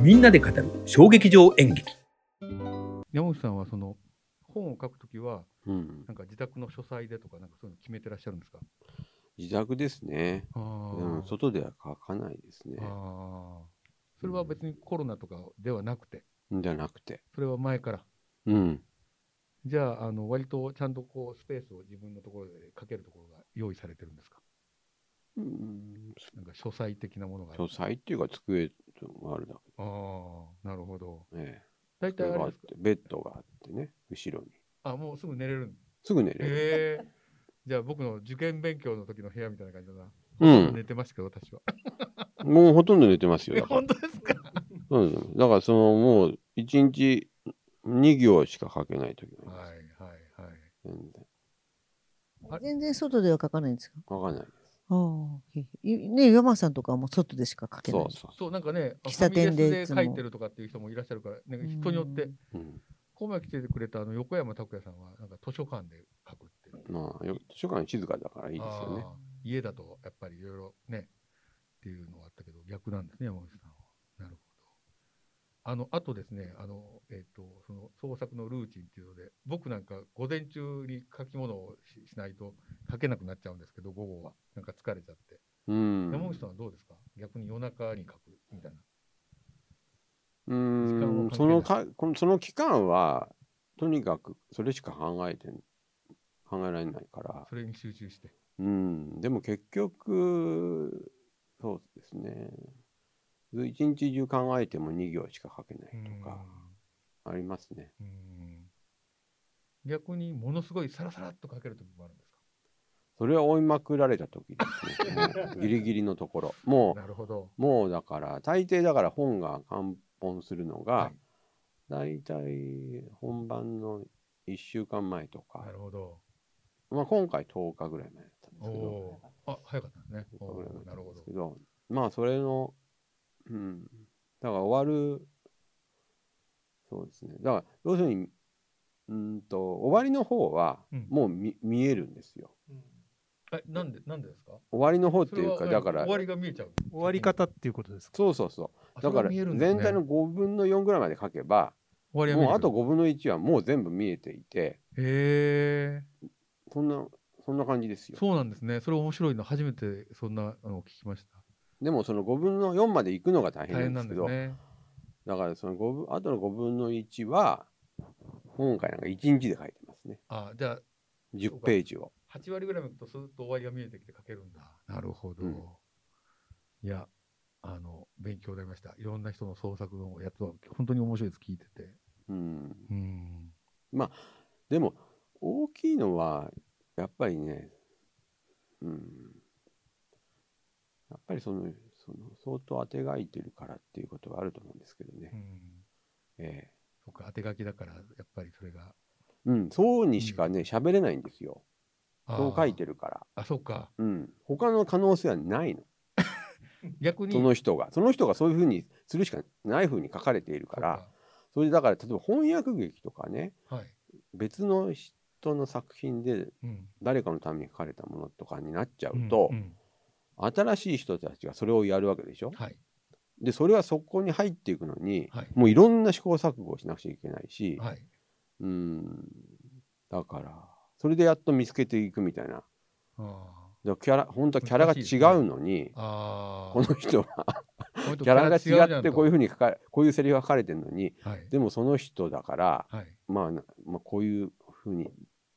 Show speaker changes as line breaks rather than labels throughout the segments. みんなで語る小劇場演劇
山口さんはその本を書くときは
うん、
なんか自宅の書斎でとかなんかそういうの決めてらっしゃるんですか
自宅ですね。
あ
うん、
ー
外では書かないですね。
あーそれは別にコロナとかではなくて
じゃなくて。
それは前から
うん。
じゃああの割とちゃんとこうスペースを自分のところで書けるところが用意されてるんですか
うん、
なんか書斎的なものがある
書斎っていうか机があるだけ
ああなるほど
どね。
大体
机
あ
が
れ
あっ
です
て、ベッドがあってね、後ろに。
かあもうすぐ寝れるん
すぐ寝れる。
ええじゃあ僕の受験勉強の時の部屋みたいな感じだな、
うん、
寝てましたけど私は
もうほとんど寝てますよ。
え
だから
本当ですか
そうですだからそのもう一日2行しか書けない時もあり
はい
ます。
はいはい
全然
あれ
全然外では書かないんですか
書かないで
ああ。へへいね山さんとかはもう外でしか書け
す。
ない
そう。そ
そうなんかねあ
喫茶店で
ファミレス
いつも
書いてるとかっていう人もいらっしゃるからなんか人によって
うん
う。うん、
今回来てくれたあの横山拓也さんはなんか図書館で書くってい
まあよ図書館静かだからいいですよね。
家だとやっぱりいろいろねっていうのがあったけど逆なんですね山口さんはなるほどあのあとですねあの、えっとその創作のルーチンっていうので僕なんか午前中に書き物をししないと書けなくなっちゃうんですけど午後はなんか疲れちゃって、
うん。
山口さんはどうですか逆に夜中に書くみたいな時間は関係な
うー
んい
そのかこのその期間はとにかくそれしか考えてん考えられないから
それに集中して
うんでも結局そうですね一日中考えても2行しか書けな
う
い
ん
とかありますね
うん逆にものすごいサラサラっと書ける時もあるんですか
それは追いまくられた時ですねも うギリギリのところも
なるほど
うもうだから大抵だから本が完本するの
は
が大体本番の1週間前とか
なるほど
まあ、今回10日ぐらい前だったんです
お
けど、
おー。あ、早かったですね。
10日ぐらい
おー
前
な
だっ
る
たん
ほ
です
ど
け。ど、まあ、それの、うん、だから終わる、そうですね、だから、要するに、うんと、終わりの方は
うん、
もう見,、見えるんですよ。
え、なんで、なんでですか。
終わりの方って
それ
い
は
うか、だから
終、わりが見えちゃう。
終わり方っていうことですか
そうそうそ
あ。
う、だ
それ
から、
が見えるんですね
全体の5分の4ぐらいまで書けば、
終わりが見え
もう
る
あと5分の1はもう全部見えていて、
へ
そんな、そんな感じです
え。
よ。
そうなんですね。それ面白いの、初めてそんなのを聞きました。
でも、その5分の4まで行くのが
大
大変
変な
な
んん
です
です
けど、
ね。
だからその5分、あとの5分の1は、今回なんか1日で書いてますね。
あ、じゃあ、
10ページを。
八割ぐらいまで行くと、すーっと終わりが見えてきて書けるんだ。なるほど。
うん
いや。あの勉強になりました。いろんな人の創作のやつは本当に面白いです。聞いてて。
うん。
うん。
でも、大きいのは、やっぱりね、うん。やっぱりその、その相当当てがいてるからっていうことはあると思うんですけどね
う。ん。
ええ
そっか、当て書きだから、やっぱりそれが。
うん、そうにしかね、喋れないんですよ。そう書いて
る。
るから。
あ、そっか。
うん。他の可能性はないの。
逆に。
その人が。その人がそういうふうにするしかないふうに書かれているから。それでだから、例えば翻訳劇とかね、
そうか。はい。
別の人の作品で
うん。
誰かのために書かれたものとかになっちゃうと、
うんうん
新しい人たちがそれをやるわけでしょ
はい。
でそれはそこに入っていくのに
はい。
もういろんな試行錯誤をしなくちゃいけないし、
はい。
うんだからそれでやっと見つけていくみたいな
あ
だからキャラ本当はキャラが違うのに、
ーあー。
この人は
この
キャラが違ってこういう
う
ふうに書かれこういうセリフが書かれてるのに
人。はい。
でもその人だから、
はい。
まあ、なまあこういうふうに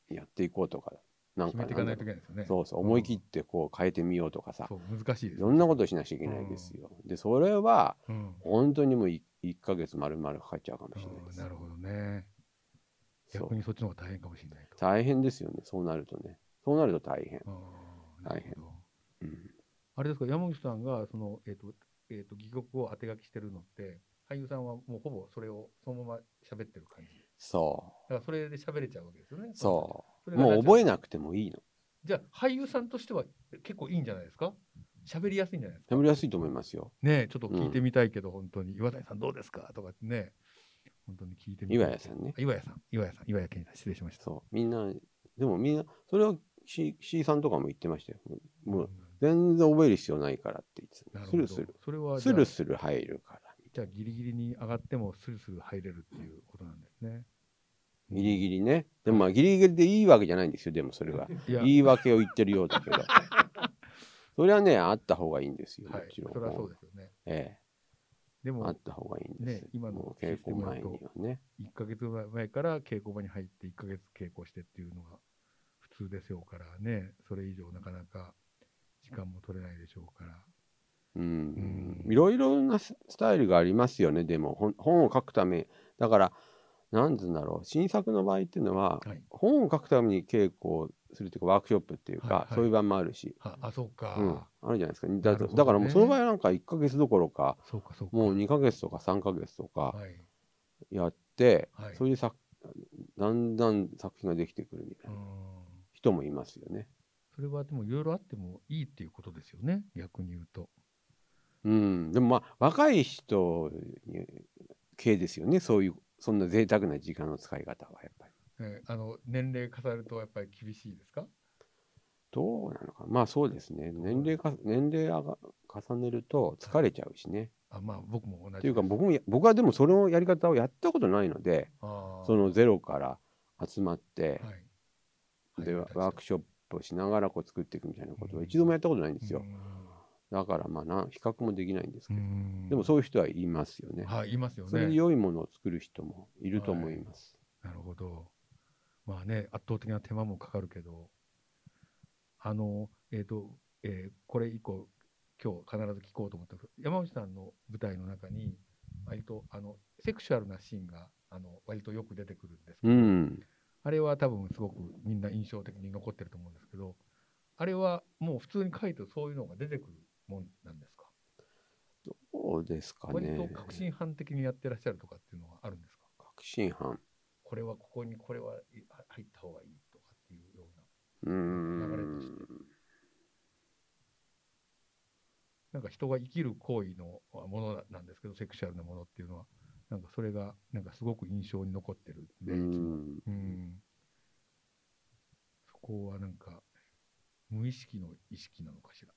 やっていこうとかなん
決
か
めていかないとい
なん
けない
だろう
ですよね。
そうそう思い切ってこう変えてみようとかさ
そう、難しいで
い
す。
ろんなことしなきゃいけないですよ。でそれは
うん。
本当にもうい1ヶ月丸々かかっちゃうかもしれないで
うん
す。
なるほどね。
そ
逆
う
にそっちの方が大変かもしれないと。
大変ですよねそうなるとね。そうなると大変。
あーなるほど
うん
あれですか、山口さんが、その、えっと、えっと、戯曲を当て書きしてるのって、俳優さんはもうほぼそれをそのまま喋ってる感じ。
そ
だからそれで喋れちゃうわけですよね。
うそ
そう
もう覚え
い
なくてもいいの。
じゃあ俳優さんとしては結構いいんじゃないですか喋りやすいんじゃないですか
眠りやすいと思いますよ。
ねえちょっと聞いてみたいけど、本当に岩谷さんどうですかとかってね本当に聞いてみたい
岩屋さんね
岩屋さん岩屋さん岩屋健さん失礼しました
そうみんなでもみんなそれは C, C さんとかも言ってましたよ。もう
うん
全然覚える必要ないからって言ってた
なる
ス
ほど
ルスル
それは
スル
ル
スル入るからみ
じゃあギリギリに上がってもスルスル入れるっていうことなんですね。
ギリギリね。でもまあギリギリでいいわけじゃないんですよ、でもそれは。
いや
言い訳を言ってるよ うだけど。それはね、あった方がいいんですよ、も
はい、
ちろん。
それはそうですよね。
え
で
え、
も
あった方がいいんです。
ね今の
もう稽古前にはね。
1ヶ月前から稽古場に入って1ヶ月稽古してっていうのが普通でしょうからね、それ以上なかなか時間も取れないでしょうから。
うん
う、ん
いろいろなススタイルがありますよねでも本本を書くためだからなんつうんだろう新作の場合っていうのは、
はい
本を書くために稽古をするというかワークショップっていうか、
はいはい
そういう場もあるし、
あ、あそうか、
うん、あるじゃないですかだ
なるほどね
だからもうその場合なんか1ヶ月どころか
そうか、そうか。
もう2ヶ月とか3ヶ月とか
はい。
やって、
はい
そういう作だんだん作品ができてくるみた
う
い
ん
な人もいますよね。
それはでもいろいろあってもいいっていうことですよね、逆に言うと。
うん、でもまあ若い人に系ですよねそういうそんな贅沢な時間の使い方はやっぱり
えーあの年齢重ねるとやっぱり厳しいですか
どうなのかまあそうですね年齢か年齢が重ねると疲れちゃうしね
あまあ僕も同じ
というか
です
僕もや僕はでもそのやり方をやったことないので
あー
そのゼロから集まって、
はい
でワーク
シ
ショップをしながらこう作っていくみたいなこと
う
は
ん
一度もやったことないんですよ、だからまあな比較もできないんですけど、でも
う
そういう人はいますよね、
んはいいますよ
それで
ね
良いものを作る人もいると思います、
なるほどまあね圧倒的な手間もかかるけどあのえっ、と、えーこれ以降今日必ず聞こうと思ったけど山内さんの舞台の中に割とあのセクシュアルなシーンがあの割とよく出てくるんですけど、
うん
あれは多分すごくみんな印象的に残ってると思うんですけど、あれはもう普通に書いてそういうのが出てくるもんなんですか
どうですか
割
ね。
と革新犯的にやってらっしゃるとかっていうのはあるんですか
革新犯。
これはここにこれはい入った方がいいとかっていうような。
うー
流れと
ん
し。なんか人が生きる行為のあものなんですけど、セクシュアルなものっていうのは、なんかそれがなんかすごく印象に残ってるんで、
う
いつも
ん
うんそこはなんか無意識の意識なのかしら。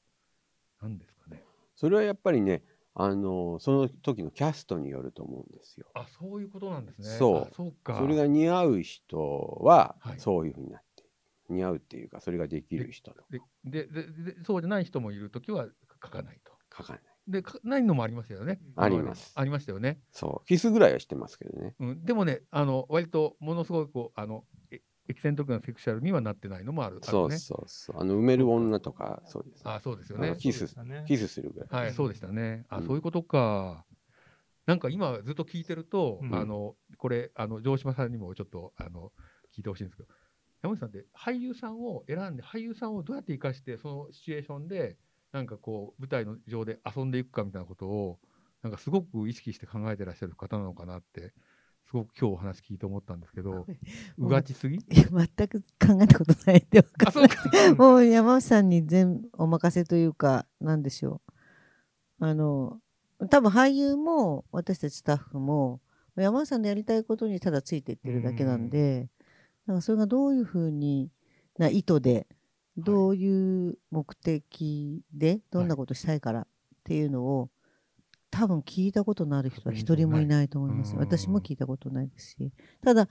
なんですかね。
それはやっぱりね、あのその時のキャストによると思うんですよ。
あ、そういうことなんですね。
そう
あそうか。
それが似合う人は
はい
そういうふうになって、似合うっていうかそれができる人と
ででででそうじゃない人もいるときは書かないと。
書かない。
で、書かないのもありますよね。
あります
ありましたよね。
そう。キスぐらいはしてますけどね。
うん、でもね、あの割とものすごくこうあのエエキセントリックなセクシャルにはなってないのもある。
そ
ある
う
ね、
そうそう。あの埋める女とかそうです。
あ、そうですよ
あ
ね
の。キス
そうでしたね
キスするぐらい。
はい、そうでしたね。あ、
うん
そういうことか。なんか今ずっと聞いてると、
うん
あのこれあの城島さんにもちょっとあの聞いてほしいんですけど、山口さんって俳優さんを選んで俳優さんをどうやって生かしてそのシチュエーションでなんかこう舞台の上で遊んでいくかみたいなことをなんかすごく意識して考えてらっしゃる方なのかなって。すごく今日お話聞いて思ったんですけど、 うがちすぎ
いや全く考えたことないって分
あ、
かん
そう
ない。
か。
もう山内さんに全部お任せというか、なんでしょう。あの、多分俳優も私たちスタッフも山内さんのやりたいことにただついていってるだけなんで、なんかそれがどういうふうにな意図で、どういう目的でどんなことしたいからっていうのを多分聞いたことのある人は一人もいないと思います。
うん
私も聞いたことないですし。ただ、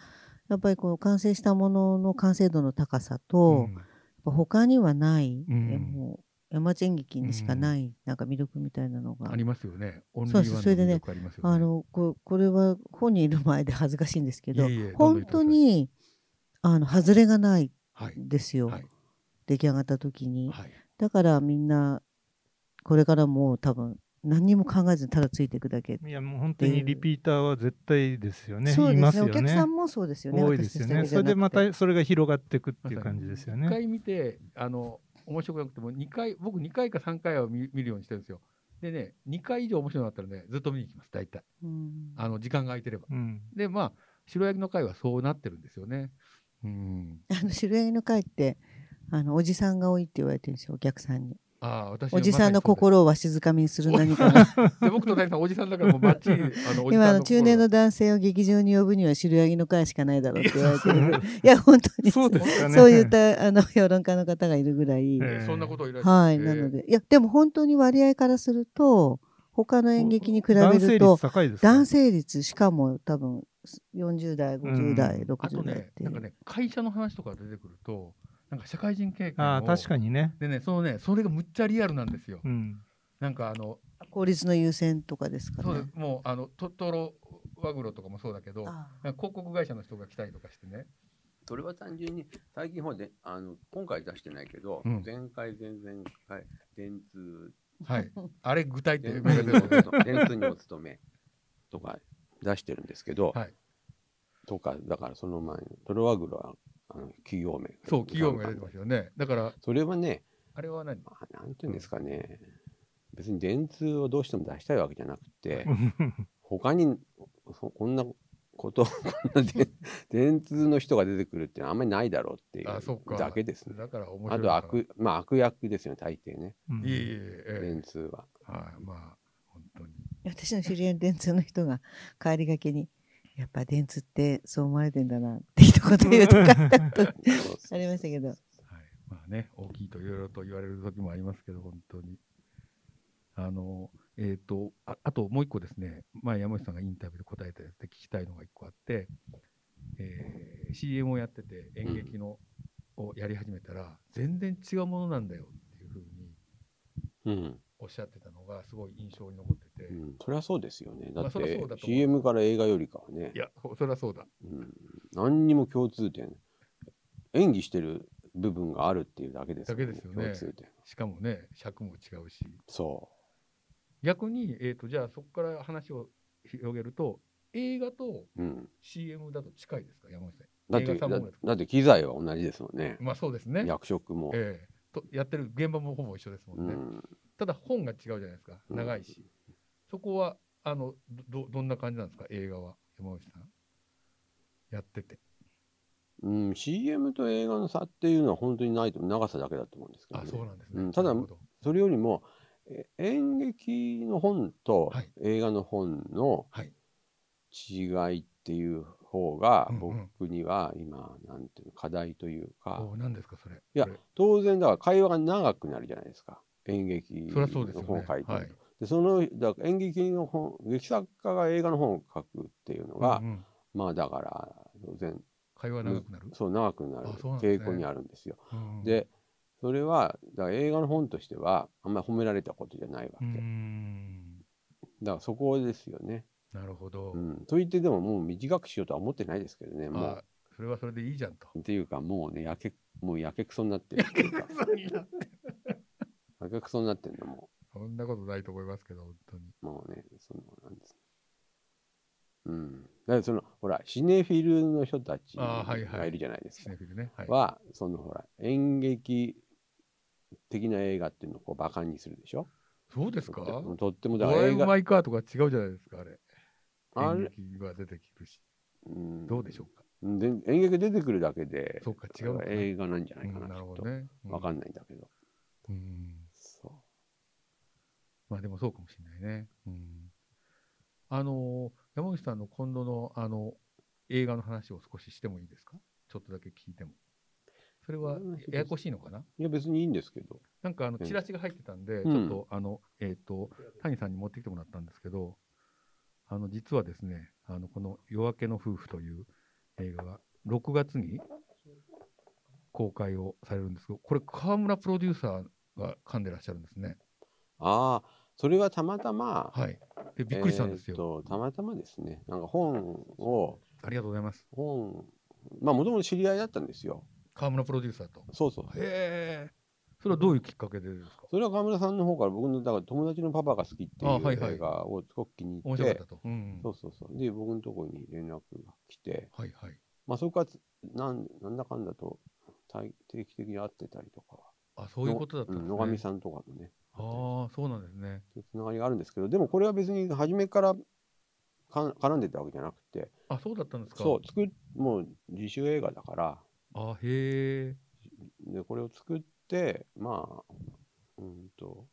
やっぱりこの完成したものの完成度の高さと、やっぱ他にはない、
うん
えもう山地演劇にしかない、なんか魅力みたいなのが、
ありますよね。オンリー
そ
ワ
う
ン
そう
の
それでね
魅力ありますよね。
あのここれは本人いる前で恥ずかしいんですけど
いえいえどんどん
本
言ってください
当にあの外れがない
はい、
んですよ、
はい
出来上がった時に、
はい、
だからみんなこれからも多分何にも考えずにただついていくだけ、
いや、もう本当にリピーターは絶対ですよね。
そう
い
で
ます
ね
すよ
お
ね。
客さんもそうですよね
多いですよね。
私
そ
たちだけじゃな
れ
くて
でまたそれが広がっていくっていう感じですよ
1
ね。
回見てあの面白くなくても2回僕2回か3回は見見るようにしてるんですよでね2回以上面白いのあったらねずっと見に行きます大体
うん
あの時間が空いてれば
うん。
でまあ白焼きの回はそうなってるんですよねうん
あの白柳の会ってあのおじさんが多いって言われてるんですよお客さんに
ああ私は
おじさ
まさ
んの
にそう
心をわしづかみにする何か
で
が
すで僕と谷さんおじさんだからもうバッチリあ のおじ
今
さ
あ
んの心
の中年の男性を劇場に呼ぶには汁やぎの会しかないだろうって言われてる。いや、本当に
そうですか ね。
そういったあの評論家の方がいるぐらい。
え
えーそんなことを言われて
はい、なので、いや、でも本当に割合からすると、他の演劇に比べ
男性
ると
率高いですね
男性率しかも多分40代50代、
うん
あと
60代っ
ね、
てい
な
う
んかね、会社の話とか出てくると、なんか社会人経験を
ああ、確かにね。
でね、そのね、それがむっちゃリアルなんですよ。
うん。
なんかあの、
効率の優先とかですか
そうで
ね
す。もうあのトトロワグロとかもそうだけど、なんか
ああ
広告会社の人が来たりとかしてね。
それは単純に最近ほらであの今回出してないけど、
うん
前回前々回電通
はい。あれ具体って
電通にお 勤め電通にお勤めとか出してるんですけど、
はい
とかだからその前のトロワグロはあの企業名
そう、企業名が出てますよね。だから、
それはね、
あれは何
まあ、なんていうんですかね別に電通をどうしても出したいわけじゃなくて、 他にそこんなことこんな電電通の人が出てくるってあんまりないだろうってい
あそう
う
か
だけですね。
だから面白
あ
いの
と
かな。
悪まあ悪役ですよね大抵ね
うん
いえいえええ。
電通 は。
はい。まあ、本当に。
私の知り合いの電通の人が帰りがけに「やっぱ電通ってそう思われてんだな」って一言言う とか
そうそう
ありましたけど
はい、まあね、大きいといろいろと言われる時もありますけど、本当に。あの、えっ、とあ、あともう一個ですね、前山内さんがインタビューで答えたやつで聞きたいのが一個あって、えー CM をやってて演劇の、をやり始めたら、全然違うものなんだよっていうふうに
うん、
おっしゃってたのが、すごい印象に残ってて、
うん、そりゃそうですよねだ
まあ
っ
そりゃそうだ
て
と思う
CM から映画よりかはね
い、や、ほそりゃそうだ。
うん、何にも共通点演技してる部分があるっていうだけですから
だけですよね
共通点
しかもね、尺も違うし。
そ
逆に、えっ、と、じゃあそこから話を広げると、映画と
う、うん、
CM だと近いですか、山内さん。
だって
映画
だ
さんも
だって機材は同じですもんね
まあそうですね。
役職も、
ええとやってる現場もほぼ一緒ですも
うん
ね。
ん、
ただ本が違うじゃないですか。
うん
長いし。そこはあのどどんな感じなんですか映画は山内さん。やってて。
うん、CM と映画の差っていうのは本当にないと長さだけだと思うんですけど、
あ
ね、
そうなんですね。
うんただ
なるほど
それよりもえ演劇の本と
はい
映画の本の
はい
違いっていう方が
うんうん
僕には今なんていうの課題というか
お何ですかそれ。
いや
それ
当然だから会話が長くなるじゃないですか演劇
そりゃそうです
の
よ
本を
ね。
書いて
は
る
い
と。でそのだから演劇の本劇作家が映画の本を書くっていうのが、
うんうん
まあだから当然
会話長くなる。
そう長くなる
あそうなんですね
傾向にあるんですよ。
うん、
でそれはだから映画の本としてはあんまり褒められたことじゃないわ
う
け、
ん。
だからそこですよね。
なるほど。
うん、と言ってでももう短くしようとは思ってないですけどね
ま
も
あそれはそれでいいじゃんと。
うっていうかもうねやけもうやけくそになってるっていうかやけくそになってるのも
そんなことないと思いますけど本当に。
うもうねそのなんですうん、だからそのほらシネフィルの人たち
あーはいはい
がいるじゃないです
シ
か
ネフィルね。はい。
はそのほら演劇的な映画っていうのをこうバカにするでしょ
そうですか。
とってもとってもだ
ド
から
ライ
映
ブ・
画
マイ・カーとか違うじゃないですか、あれ。
あ
演
れ、
劇が出てくるし。
うん、
どうでしょうか。
うんで演劇出てくるだけで
そうか、違うのかな。
映画なんじゃないか
うん
な,、
なる
きっ
ほ
と
どね。
わか
ん
んないんだけど
うん。
そう
まあでもそうかもしれないね。うん。あのー、山口さんの今度の、あの、映画の話を少ししてもいいですかちょっとだけ聞いても。それは
うんそうです、
ややこしいのかない
や別にいいんですけど。
なんか、あの、
うん
チラシが入ってたんで、ち
うん
ょっと、あの、えっと、谷さんに持ってきてもらったんですけど、あの、実はですね、あの、この夜明けの夫婦という映画が、6月に公開をされるんですけど、これ、川村プロデューサーが噛んでらっしゃるんですね。
ああ、それはたまたま、
はい。で、びっくりしたんです
えー
よ。
とたまたまですね、なんか本を、
ありがとうございます。
本、まあもともと知り合いだったんですよ。
川村プロデューサーと。
そうそう。
へえ。それはどういうきっかけでですか
それは河村さんの方から僕のだから友達のパパが好きってい
あはいうはい
映画をすごく気に入
面
って、
白かったと。うん。
そうそうそう。で、僕のところに連絡が来て、
はいはい。
まあそこからつなんなんだかんだと対定期的に会ってたりとかは、
あ、そういうことだったんですね。
のうん野上さんとかもね、
ああ、そうなんですね。
そういうつながりがあるんですけど、でもこれは別に初めからかん絡んでたわけじゃなくて、
あ、そうだったんですか。
そう作っもう自主映画だから
あ、へえ。
でこれを作ってまあうんと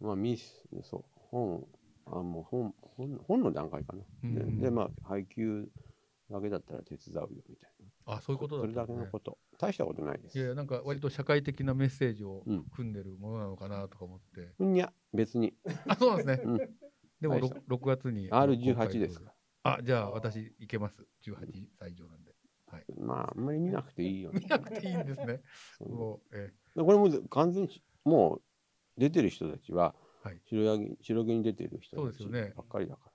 まあミスそう本あもう本本本の段階かな、
うん
ででまあ配給だけだったら手伝うよみたいな。
あそういうことだ
それ
ったん
だけ
です
の
ね
こと。大したことないで
いやいや
す。
なんか割と社会的なメッセージを
うん
組んでるものなのかなとか思って、
うん、いや、別に。
あそうなんですね、
うん
でも
大し
6,
た
月に
R18 ですか
あじゃあ私いけます18歳以上なんで
まあ、あんまり見なくていいよね
見。なくていいんですね
そんな
もうえ
でこれも完全にしもう出てる人たちは
はい
白ヤギ、白毛に出てる人
そう
た
です
ち
よね
ばっかりだか